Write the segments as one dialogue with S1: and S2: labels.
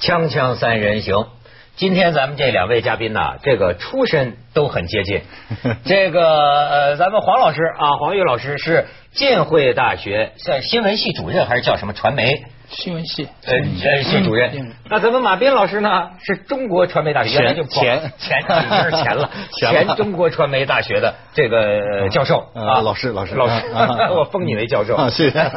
S1: 锵锵三人行，今天咱们这两位嘉宾呐、这个出身都很接近。这个呃，咱们黄老师啊，黄玉老师是建汇大学算新闻系主任还是叫什么传媒？
S2: 新闻系，
S1: 呃，
S3: 哎
S1: 呃系主任
S2: 嗯。
S1: 那咱们马斌老师呢，是中国传媒大学
S3: 前
S1: 原来就广
S3: 前
S1: 前前前了
S3: 前了
S1: 前中国传媒大学的这个呃教授
S3: 啊老师老师
S1: 老师
S3: 啊啊，啊
S1: 我封你为教授
S3: 啊谢谢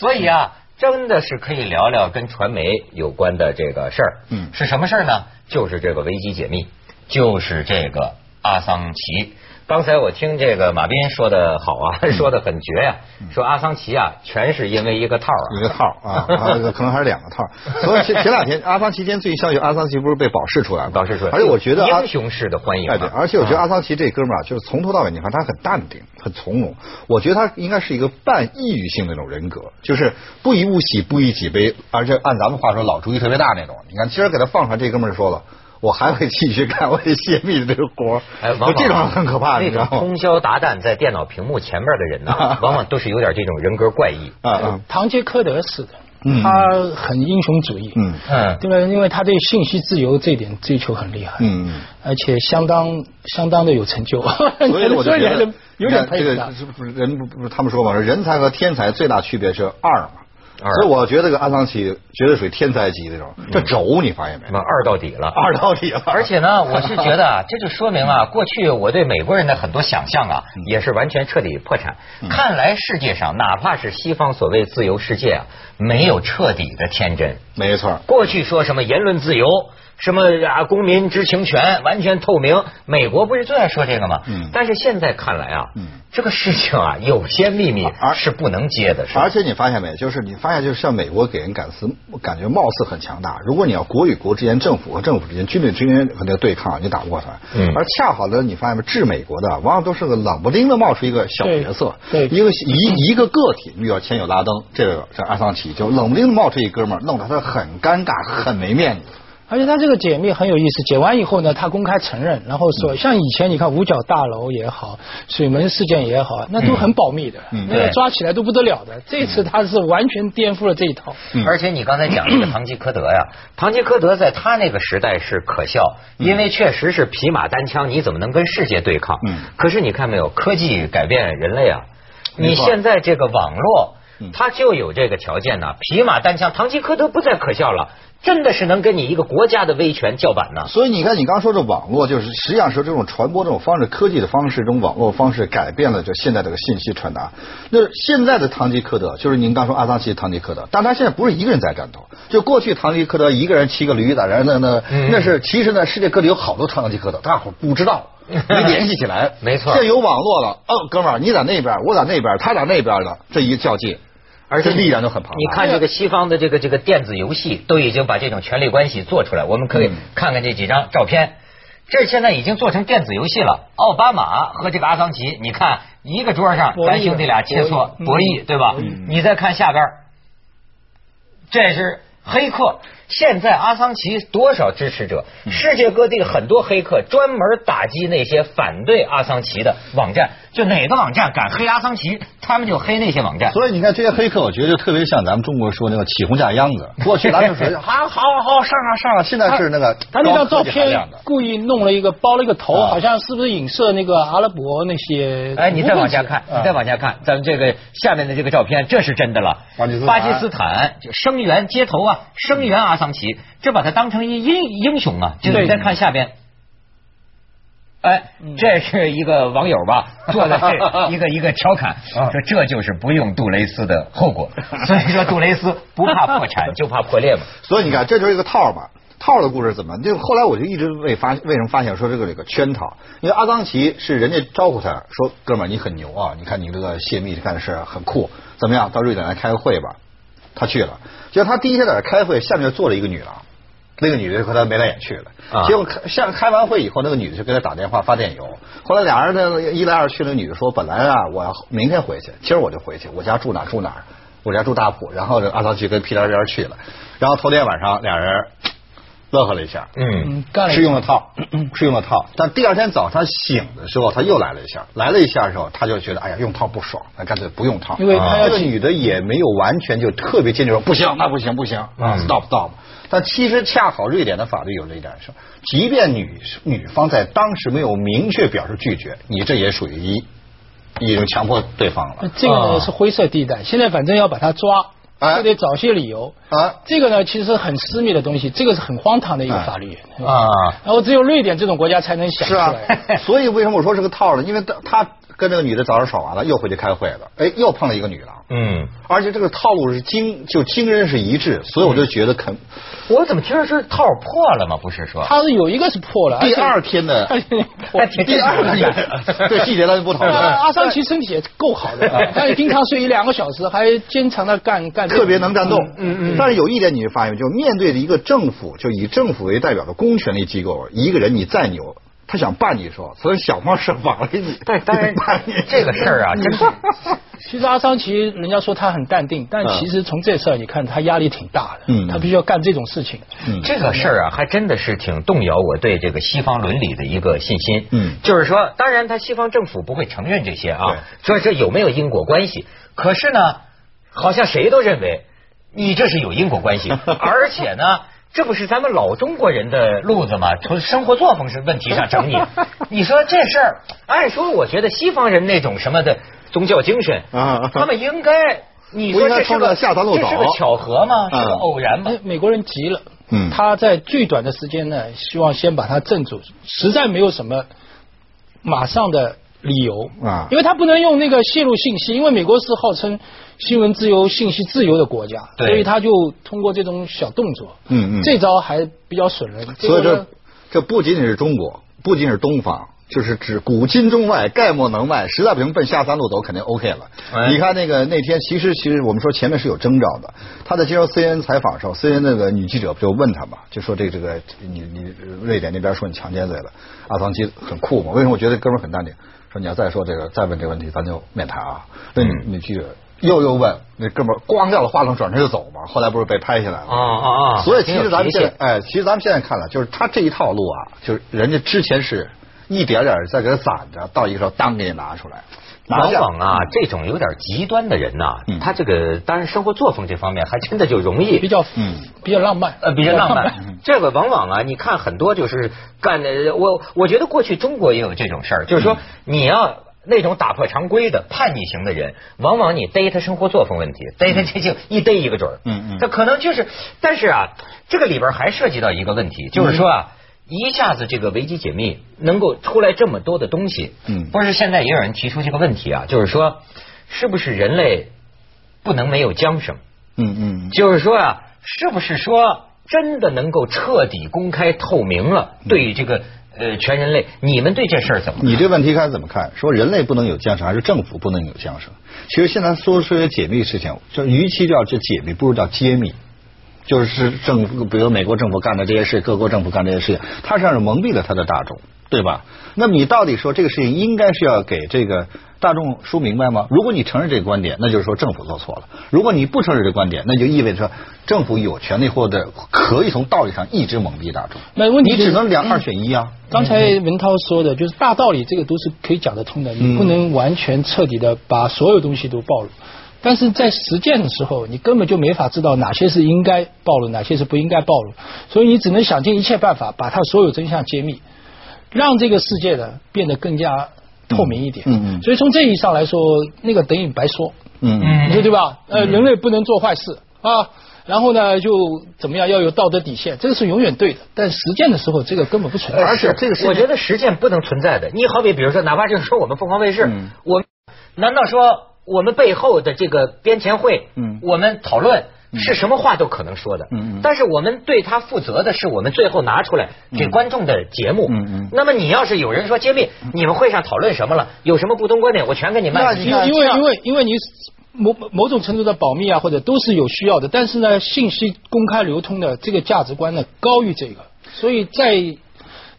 S1: 所以啊，真的是可以聊聊跟传媒有关的这个事儿。
S3: 嗯
S1: 是什么事儿呢？就是这个危机解密，就是这个阿桑奇。刚才我听这个马斌说的好
S3: 嗯
S1: 啊， 说的很绝呀、说阿桑奇啊，全是因为一个套儿啊。
S3: 一个套儿啊，啊可能还是两个套儿。所以前前两天阿桑奇今天最新消息，阿桑奇不是被保释出来吗？
S1: 保释出来
S3: 而且我觉得阿
S1: 英雄式的欢迎啊
S3: 哎，对，而且我觉得阿桑奇这哥们儿啊，就是从头到尾，你看他很淡定，很从容。我觉得他应该是一个半抑郁性的那种人格，就是不以物喜，不以己悲，而且按咱们话说，老主意特别大那种。你看，今儿给他放出来，这哥们儿说了。我还会继续干我这泄密的这个活儿，
S1: 哎，往往
S3: 这种很可怕，
S1: 那
S3: 你知道
S1: 种
S3: 吗？
S1: 通宵达旦在电脑屏幕前面的人呢， 往往都是有点这种人格怪异。
S3: 啊啊，
S2: 唐吉诃德似的
S3: 嗯，
S2: 他很英雄主义，
S3: 嗯
S1: 嗯
S2: 对吧？因为他对信息自由这点追求很厉害，
S3: 嗯嗯
S2: 而且相当相当的有成就，
S3: 所以我就
S2: 所以
S3: 觉
S2: 还
S3: 得
S2: 能有点佩
S3: 这
S2: 服
S3: 个
S2: 他。
S3: 是不是人不不是他们说嘛，人才和天才最大区别是二嘛。
S1: 二
S3: 所以我觉得这个安桑奇绝对属于天才级那种，这轴你发现没
S1: 那？么二到底了，
S3: 二到底了，
S1: 而且呢，我是觉得啊，这就说明啊，过去我对美国人的很多想象啊，
S3: 嗯
S1: 也是完全彻底破产。看来世界上，哪怕是西方所谓自由世界啊，没有彻底的天真。
S3: 没错儿，
S1: 过去说什么言论自由，什么啊公民知情权完全透明，美国不是最爱说这个吗？
S3: 嗯
S1: 但是现在看来啊，
S3: 嗯
S1: 这个事情啊，有些秘密
S3: 而
S1: 是不能揭的，是吧
S3: 而？且你发现没，就是你发现就是像美国给人感思感觉貌似很强大，如果你要国与国之间、政府和政府之间、军队之间和那个对抗，你打不过他。
S1: 嗯
S3: 而恰好呢，你发现没，治美国的往往都是个冷不丁的冒出一个小
S2: 对
S3: 角色，
S2: 对
S3: 一个一一个个体，比如说前有拉登，这个是阿桑奇，就冷不丁地冒出一哥们儿，弄得他很尴尬，很没面子。
S2: 而且他这个解密很有意思，解完以后呢，他公开承认，然后
S3: 嗯
S2: 说，像以前你看五角大楼也好，水门事件也好，那都很保密的，
S3: 嗯
S2: 那个
S1: 对
S2: 抓起来都不得了的。这次他是完全颠覆了这一套。
S3: 嗯
S1: 而且你刚才讲这个堂吉诃德呀，堂吉诃德在他那个时代是可笑，因为确实是匹马单枪，你怎么能跟世界对抗？
S3: 嗯
S1: 可是你看没有，科技改变人类啊，你
S3: 没错
S1: 现在这个网络
S3: 嗯，
S1: 它就有这个条件呐、匹马单枪，堂吉诃德不再可笑了，真的是能跟你一个国家的威权叫板呢。
S3: 所以你看，你刚说这网络，就是实际上说这种传播这种方式、科技的方式、这种网络方式，改变了就现在这个信息传达。那现在的堂吉诃德，就是您刚说阿桑奇、堂吉诃德，但他现在不是一个人在战斗，就过去堂吉诃德一个人骑个驴在那儿那那
S1: 嗯
S3: 那是其实呢，世界各地有好多堂吉诃德，大伙儿不 知道。没联系起来，
S1: 没错
S3: 现在有网络了，哦，哥们儿，你在那边，我在那边，他在那边了，这一较劲，而且力量就很庞大。
S1: 你看这个西方的这个这个电子游戏，都已经把这种权力关系做出来。我们可以
S3: 嗯
S1: 看看这几张照片，这现在已经做成电子游戏了。奥巴马和这个阿桑奇，你看一个桌上
S2: 博，弈
S1: 咱兄弟俩切磋
S2: 博弈嗯
S1: 博弈，对吧
S2: 博弈？
S1: 你再看下边儿，这是黑客。现在阿桑奇多少支持者？
S2: 嗯
S1: 世界各地很多黑客专门打击那些反对阿桑奇的网站，就哪个网站敢黑阿桑奇，他们就黑那些网站。
S3: 所以你看这些黑客，我觉得就特别像咱们中国说那个起哄架秧 子。过去咱们说啊，好好好上啊上啊，现在是那个
S2: 他那张
S3: 高
S2: 照
S3: 科技含
S2: 片
S3: 量的。
S2: 故意弄了一个包了一个头，
S3: 啊
S2: 好像是不是影射那个阿拉伯那些？
S1: 哎，你再往下
S3: 啊
S1: 看，你再往下看，咱们这个下面的这个照片，这是真的了。
S3: 巴基斯坦
S1: 巴基斯坦就声援街头啊，声援阿桑奇，这把他当成一英英雄啊。就是你
S2: 对
S1: 再看下边，哎，
S3: 嗯
S1: 这是一个网友吧做 的这一个一个调侃，
S3: 啊
S1: 说这就是不用杜蕾斯的后 果。所以说杜蕾斯不怕破产，就怕破裂嘛。
S3: 所以你看，这就是一个套儿吧。套儿的故事怎么？就后来我就一直为发为什么发现说这个这个圈套，因为阿桑奇是人家招呼他说哥们儿你很牛啊，你看你这个泄密干的事儿很酷，怎么样？到瑞典来开个会吧。他去了，结果他第一天在那儿开会，下面就坐了一个女郎，那个女的和他眉来眼去
S1: 啊
S3: 的。结果开下开完会以后，那个女的就给他打电话发电邮，后来俩人呢一来二去，那女的说本来啊我要明天回去，今儿我就回去，我家住哪儿住哪儿，我家住大埔，然后这阿桑奇跟屁颠颠儿去了，然后头天晚上俩人乐呵了一下，
S1: 嗯，
S2: 嗯，干了一
S3: 是用了 套，是用了套。但第二天早上醒的时候，他又来了一下，来了一下的时候，他就觉得哎呀用套不爽，那干脆不用套。
S2: 因为他要
S3: 这个女的也没有完全就特别坚决说不行，那不行不行
S1: 嗯
S3: 啊，stop stop。但其实恰好瑞典的法律有这一点是，即便女女方在当时没有明确表示拒绝，你这也属于一一种强迫对方
S2: 那
S3: 了
S2: 这个呢、
S1: 啊
S2: 是灰色地带，现在反正要把他抓，
S3: 哎
S2: 就得找些理由。
S3: 啊
S2: 这个呢，其实很私密的东西，这个是很荒唐的一个法律。
S3: 啊。
S2: 然后只有瑞典这种国家才能想出
S3: 是啊
S2: 来。，
S3: 所以为什么我说是个套呢？因为他他跟这个女的早上耍完了，又回去开会了，哎，又碰了一个女郎。
S1: 嗯，
S3: 而且这个套路是惊，就惊人是一致，所以我就觉得肯。
S1: 我怎么听着是套破了吗？不是说，
S2: 他是有一个是破了，
S3: 第二
S2: 而且
S3: 天的
S2: 而且
S1: 还挺
S3: 第二天，对细节咱就不讨论
S2: 啊
S3: 了。
S2: 阿桑奇身体也够好 的，他也经常睡一两个小时，还经常的干干。
S3: 特别能战斗，
S1: 嗯嗯嗯
S3: 但是有一点你会发现，就面对着一个政府，就以政府为代表的公权力机构，一个人你再牛，他想办你的时候，所以想方设法给你。
S1: 但当然
S3: 办你
S1: 这个事儿啊， 真是
S2: 其实阿桑奇，人家说他很淡定，但其实从这事儿你看，他压力挺大的，
S3: 嗯
S2: 他必须要干这种事情。
S3: 嗯
S1: 这个事儿啊，还真的是挺动摇我对这个西方伦理的一个信心。
S3: 嗯
S1: 就是说，当然他西方政府不会承认这些啊
S3: 对，
S1: 所以这有没有因果关系？可是呢，好像谁都认为你这是有因果关 系，而且呢。这不是咱们老中国人的路子吗？从生活作风是问题上整 你。你说这事儿，按说我觉得西方人那种什么的宗教精神，
S3: 啊
S1: 他们应该，你说
S3: 不应该
S1: 这是
S3: 冲着
S1: 个
S3: 下三路
S1: 这是个
S3: 走
S1: 巧合吗？是个
S3: 嗯
S1: 偶然吗
S2: 哎？，美国人急了，
S3: 嗯
S2: 他在最短的时间呢，希望先把他镇住，实在没有什么马上的理由
S3: 啊
S2: 因为他不能用那个泄露信息，因为美国是号称新闻自由、信息自由的国家，
S1: 对
S2: 所以他就通过这种小动作，
S3: 嗯嗯
S2: 这招还比较损人，
S3: 所以
S2: 结果
S3: 这
S2: 呢
S3: 这不仅仅是中国，不仅是东方，就是指古今中外，概莫能外。实在不行，奔下三路走肯定 OK 了。
S1: 哎
S3: 你看那个那天，其实其实我们说前面是有征兆的。他在接受 CNN 采访的时候，CNN 那个女记者不就问他嘛，就说这个这个你你瑞典那边说你强奸罪了，阿桑奇很酷嘛？为什么我觉得这哥们儿很淡定？说你要再说这个，再问这个问题，咱就面谈啊。
S2: 嗯
S3: 那女女记者又又问，那哥们儿咣掉了话筒，转身就走嘛。后来不是被拍下来了吗
S1: 啊啊啊！
S3: 所以其实咱们
S1: 挺
S3: 现
S1: 有
S3: 在
S1: 脾气，
S3: 哎，其实咱们现在看了，就是他这一套路啊，就是人家之前是一点点在给他攒着，到一个时候当给你拿出来，拿
S1: 往
S3: 下。
S1: 往啊，这种有点极端的人呐、
S3: 嗯
S1: 他这个当然生活作风这方面还真的就容易
S2: 比较
S3: 嗯
S2: 比较浪漫，
S1: 呃，比较浪漫。 这个往往啊，你看很多就是干的，我我觉得过去中国也有这种事儿，就是说你要那种打破常规的叛逆型的人，往往你逮他生活作风问题，逮他这就一逮一个准儿。
S3: 嗯嗯
S1: 他可能就是，但是啊，这个里边还涉及到一个问题，就是说啊。一下子这个维基解密能够出来这么多的东西，
S3: 嗯
S1: 不是现在也有人提出这个问题啊，就是说，是不是人类不能没有缰绳？
S3: 嗯嗯，
S1: 就是说啊，是不是说真的能够彻底公开透明了？
S3: 嗯
S1: 对于这个呃全人类，你们对这事儿怎么看？
S3: 你这问题该怎么看？说人类不能有缰绳，还是政府不能有缰绳？其实现在说说解密事情，就与其叫这解密，不如叫揭秘。就是政府，比如美国政府干的这些事，各国政府干这些事情，它实际上是蒙蔽了他的大众，对吧？那么你到底说这个事情应该是要给这个大众说明白吗？如果你承认这个观点，那就是说政府做错了；如果你不承认这个观点，那就意味着说政府有权利或者可以从道理上一直蒙蔽大众。
S2: 那问题
S3: 你
S2: 就是
S3: 只能两二选一啊。
S2: 刚才文涛说的，就是大道理，这个都是可以讲得通
S3: 嗯
S2: 的，你不能完全彻底的把所有东西都暴露。但是在实践的时候，你根本就没法知道哪些是应该暴露，哪些是不应该暴露，所以你只能想尽一切办法把它所有真相揭秘，让这个世界呢变得更加透明一点。
S3: 嗯嗯嗯
S2: 所以从这意义上来说，那个等于白说。
S3: 嗯嗯
S2: 你说对吧？呃，人类不能做坏事啊，然后呢就怎么样要有道德底线，这个是永远对的。但实践的时候，这个根本不存在。
S3: 呃而且这个事情
S1: 我觉得实践不能存在的。你好比比如说，哪怕就是说我们凤凰卫视，
S3: 嗯
S1: 我们难道说我们背后的这个编前会，
S3: 嗯
S1: 我们讨论是什么话都可能说的，
S3: 嗯嗯
S1: 但是我们对他负责的是我们最后拿出来给观众的节目，
S3: 嗯嗯
S1: 那么你要是有人说揭秘，你们会上讨论什么了，有什么不同观点，我全给你
S3: 那
S1: 卖
S3: 你
S1: 去。
S2: 因为因为因为因为你某某种程度的保密啊，或者都是有需要的，但是呢，信息公开流通的这个价值观呢高于这个，所以在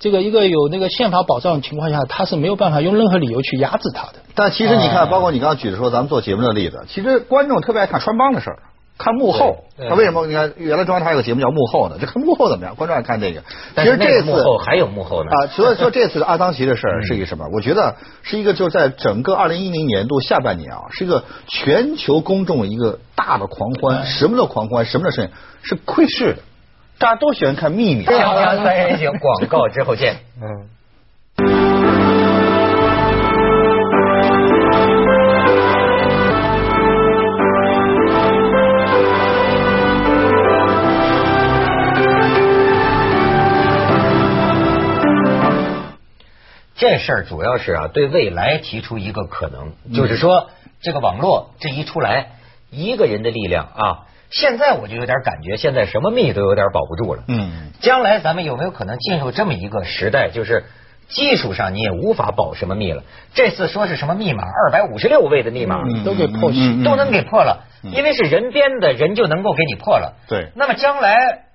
S2: 这个一个有那个宪法保障的情况下，他是没有办法用任何理由去压制他的。
S1: 哎
S3: 但其实你看，包括你刚刚举的说咱们做节目的例子，其实观众特别爱看穿帮的事儿。看幕后。
S1: 对对
S3: 他为什么？你看原来中央台还有个节目叫幕后呢，就看幕后怎么样， 观众爱看这个。其
S1: 但是嗯
S3: 实
S1: 那
S3: 这
S1: 个
S3: 次
S1: 幕后还有幕后呢
S3: 啊， 所以说这次的阿桑奇的事儿是一个什么？我觉得是一个就是在整个二零一零年度下半年啊，是一个全球公众一个大的狂
S1: 哎
S3: 欢，什么的狂欢，什么的事情是窥视的，大家都喜欢看秘密。
S1: 锵锵三人行广告之后见。嗯。这事儿主要是啊，对未来提出一个可能，就是说这个网络这一出来，一个人的力量啊，现在我就有点感觉，现在什么密都有点保不住了。
S3: 嗯，
S1: 将来咱们有没有可能进入这么一个时代，就是技术上你也无法保什么密了？这次说是什么密码，二百五十六位的密码，
S2: 都给破
S3: 析
S2: 析
S1: 都能给破了，因为是人编的，人就能够给你破了。
S3: 对
S1: 那么将来，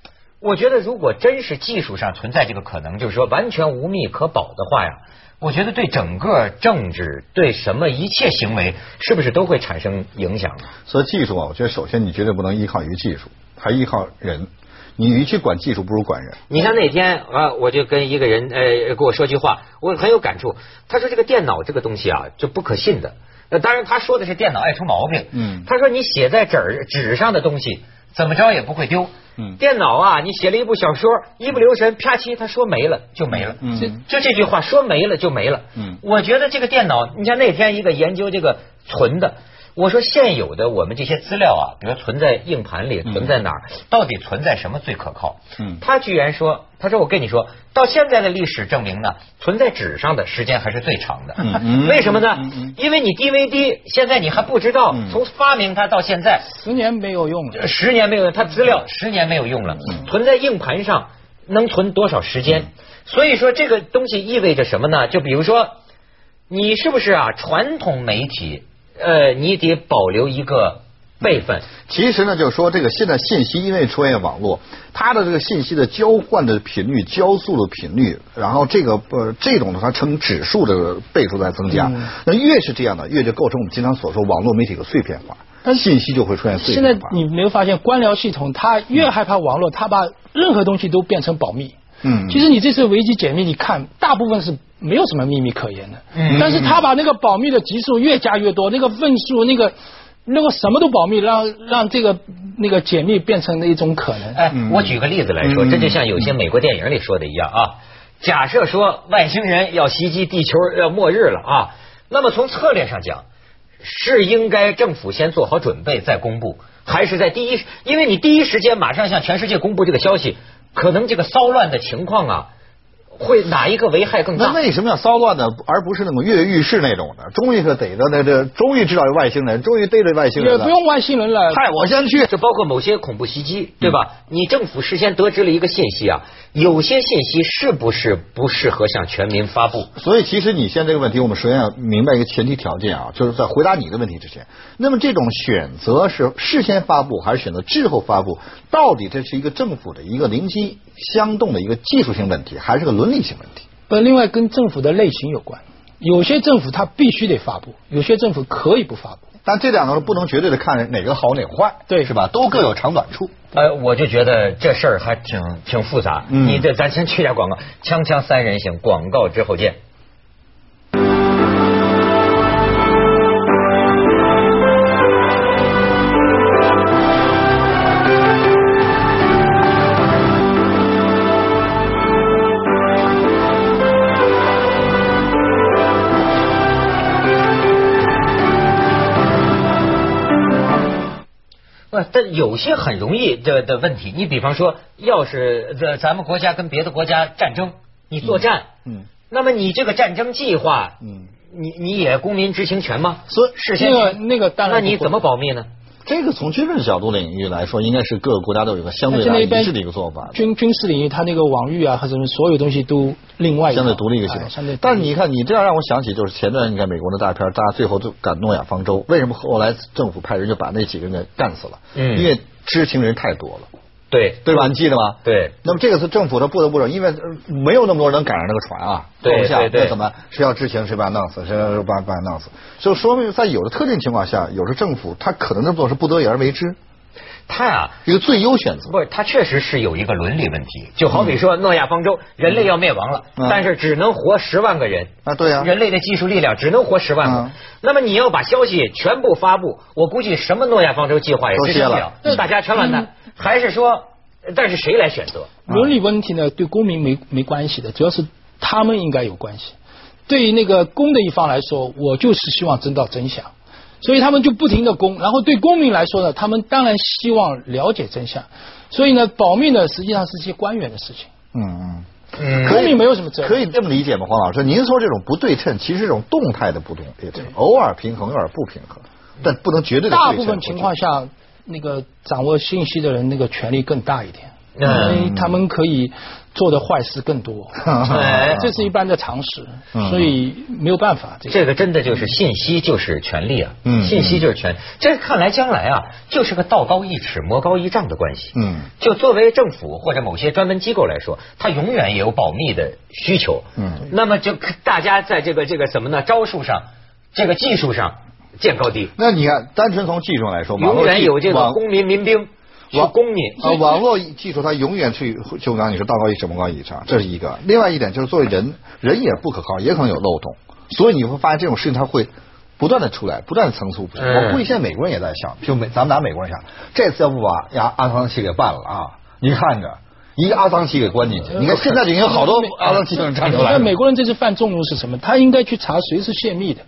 S1: 我觉得如果真是技术上存在这个可能，就是说完全无密可保的话呀，我觉得对整个政治、对什么一切行为，是不是都会产生影响？
S3: 所以技术啊，我觉得首先你绝对不能依靠于技术，还依靠人。你与其管技术，不如管人。
S1: 你像那天啊，我就跟一个人呃跟我说句话，我很有感触。他说这个电脑这个东西啊，就不可信的。那当然他说的是电脑爱出毛病。
S3: 嗯
S1: 他说你写在纸儿纸上的东西怎么着也不会丢。
S3: 嗯
S1: 电脑啊，你写了一部小说，一不留神啪叽，他说没了就没了。
S3: 嗯
S1: 就就这句话说没了就没了。
S3: 嗯
S1: 我觉得这个电脑，你像那天一个研究这个存的，我说现有的我们这些资料啊，比如存在硬盘里，存在哪儿，到底存在什么最可靠？
S3: 嗯
S1: 他居然说，他说我跟你说，到现在的历史证明呢，存在纸上的时间还是最长的。
S3: 嗯嗯
S1: 为什么呢？
S3: 嗯嗯
S1: 因为你 DVD 现在你还不知道，
S3: 嗯呃
S1: 从发明它到现在，
S2: 十年没有用了。
S1: 十年没有用，它资
S3: 嗯
S1: 料十年没有用了，存在硬盘上能存多少时
S3: 嗯
S1: 间？所以说这个东西意味着什么呢？就比如说，你是不是啊？传统媒体，呃，你得保留一个备份。
S3: 其实呢，就是说这个现在信息因为出现网络，它的这个信息的交换的频率、交速的频率，然后这个呃这种的它呈指数的倍数在增加。
S2: 嗯
S3: 那越是这样的，越就构成我们经常所说网络媒体的碎片化，信息就会出现碎
S2: 现
S3: 片
S2: 在
S3: 化。
S2: 你没有发现官僚系统，它越害怕网络，它把任何东西都变成保密。
S3: 嗯
S2: 其实你这次维基解密，你看大部分是没有什么秘密可言的。
S1: 嗯
S2: 但是他把那个保密的级数越加越多，那个份数，那个那个什么都保密，让让这个那个解密变成了一种可能。
S1: 哎，
S3: 嗯
S1: 我举个例子来说，这就像有些美国电影里说的一样啊。假设说外星人要袭击地球，要末日了啊，那么从策略上讲，是应该政府先做好准备再公布，还是在第一，因为你第一时间马上向全世界公布这个消息，可能这个骚乱的情况啊，会哪一个危害更大？
S3: 嗯那为什么要骚乱呢？而不是那种跃跃欲试那种的？终于是逮着那这，终于知道有外星人，终于逮着外星
S2: 也
S3: 人了
S2: 不。用外星人了，
S3: 嗨，我先去。嗯
S1: 就包括某些恐怖袭击，对吧？你政府事先得知了一个信息啊，有些信息是不是不适合向全民发布？
S3: 所以，其实你现在这个问题，我们首先要明白一个前提条件啊，就是在回答你的问题之前，那么这种选择是事先发布还是选择滞后发布，到底这是一个政府的一个灵机相动的一个技术性问题，还是个伦理性问题？
S2: 不，另外跟政府的类型有关。有些政府它必须得发布，有些政府可以不发布。
S3: 但这两个不能绝对的看哪个好哪个坏，
S2: 对
S3: 是吧？都各有长短处。
S1: 呃，我就觉得这事儿还挺挺复杂。
S3: 嗯
S1: 你这咱先去一下广告，锵锵三人行，广告之后见。不，呃但有些很容易的的问题，你比方说，要是咱咱们国家跟别的国家战争，你作战，
S3: 嗯嗯
S1: 那么你这个战争计划，
S3: 嗯，
S1: 你你也公民执行权吗？
S3: 所以
S1: 事先
S2: 那个那个当然
S1: 那
S2: 不会
S1: 你怎么保密呢？
S3: 这个从军事角度领域来说，应该是各个国家都有一个相
S2: 那
S3: 对
S2: 现在
S3: 来
S2: 一般
S3: 一致的一个做法。
S2: 军军事领域，它那个网域啊和什么所有东西都另外一套
S3: 相对独立一个系
S2: 哎
S3: 统。
S2: 相对独立。
S3: 但是你看，你这样让我想起，就是前段你看美国的大片，大家最后就赶诺亚方舟，为什么后来政府派人就把那几个人给干死了？
S1: 嗯
S3: 因为知情人太多了，
S1: 对
S3: 对吧？你记得吗？
S1: 对。
S3: 那么这个次政府他不得不说，因为呃没有那么多人能赶上那个船啊，
S1: 对
S3: 坐不下
S1: 对，对
S3: 那怎么谁要知情谁把他弄死，谁要把把他弄死，就说明在有的特定情况下，有的政府他可能这么做是不得已而为之。
S1: 他啊，
S3: 一个最优选择。
S1: 不是，他确实是有一个伦理问题，就好比说诺亚方舟，人类要灭亡了，
S3: 嗯
S1: 但是只能活十万个人
S3: 啊对啊
S1: 人类的技术力量只能活十万个。
S3: 嗯
S1: 那么你要把消息全部发布，我估计什么诺亚方舟计划也
S3: 都
S1: 实行不
S3: 歇
S1: 了
S3: 了，
S1: 大家全完蛋。还是说，但是谁来选择？
S2: 伦理问题呢，对公民没没关系的，主要是他们应该有关系。对于那个公的一方来说，我就是希望知道真相，所以他们就不停的攻。然后对公民来说呢，他们当然希望了解真相，所以呢，保密呢实际上是些官员的事情，
S3: 嗯
S1: 嗯
S3: 嗯，
S2: 公民没有什么责任
S3: 可以这么理解吗，黄老师？您说这种不对称，其实是种动态的不对称，偶尔平衡，偶尔不平衡，但不能绝对的。
S2: 大部分情况，下，那个掌握信息的人那个权力更大一点，因
S1: 嗯
S2: 为他们可以做的坏事更 多，
S1: 哎
S2: 这是一般的常识，
S3: 嗯
S2: 所以没有办法。这个
S1: 这个真的就是信息就是权利啊，
S3: 嗯
S1: 信息就是权。这看来将来啊，就是个道高一尺，魔高一丈的关系。
S3: 嗯
S1: 就作为政府或者某些专门机构来说，它永远也有保密的需求。
S3: 嗯，
S1: 那么就大家在这个这个什么呢？招数上，这个技术上见高低，
S3: 那你看，单纯从技术上来说，网
S1: 永
S3: 络
S1: 远
S3: 技
S1: 有这个
S3: 网
S1: 公民民兵去
S3: 网
S1: 公民。
S3: 啊，网络技术它永远去就刚你说道高一尺，魔高一丈，这是一个。另外一点就是作为人，人也不可靠，也可能有漏洞，所以你会发现这种事情它会。不断的出来，不断的层出不穷。
S1: 嗯
S3: 我估计现在美国人也在想，就美，咱们拿美国人想，这次要不把呀阿桑奇给办了啊？你看着一个阿桑奇给关进去，你看现在就已经好多阿 桑奇能站出来了。
S2: 那哎美国人这次犯众怒是什么？他应该去查谁是泄密的。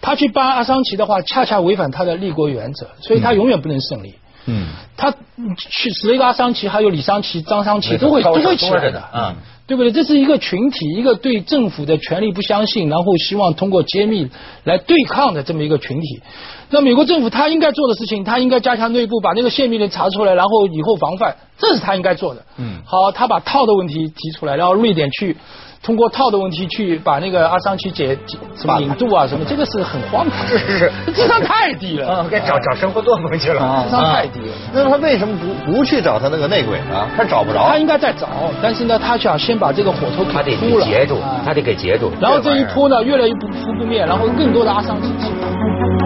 S2: 他去扒阿桑奇的话，恰恰违反他的立国原则，所以他永远不能胜利。
S3: 嗯，
S2: 他嗯去史雷格阿桑奇，还有李桑奇、张桑奇都会
S1: 高
S2: 都
S1: 手
S2: 会起
S1: 多着
S2: 来
S1: 呢
S2: 的，
S1: 嗯，
S2: 对不对？这是一个群体，一个对政府的权力不相信，然后希望通过揭秘来对抗的这么一个群体。那美国政府他应该做的事情，他应该加强内部把那个泄密人查出来，然后以后防范，这是他应该做的。
S3: 嗯
S2: 好，他把套的问题提出来，然后瑞典去通过套的问题去把那个阿桑奇解解什么引渡啊什么，这个是很荒唐的，
S1: 是是 是
S2: 这智商太低了。
S1: 啊，该找找生活作风去了。
S3: 啊
S2: 智商太低了。
S3: 那他为什么不不去找他那个内鬼呢？他找不着。
S2: 他应该在找，但是呢，他想先把这个火头
S1: 他得
S2: 给扑
S1: 给
S2: 了，
S1: 截住
S2: 啊，
S1: 他得给截住。
S2: 然后这一扑呢，越来越扑扑不灭，然后更多的阿桑奇进来。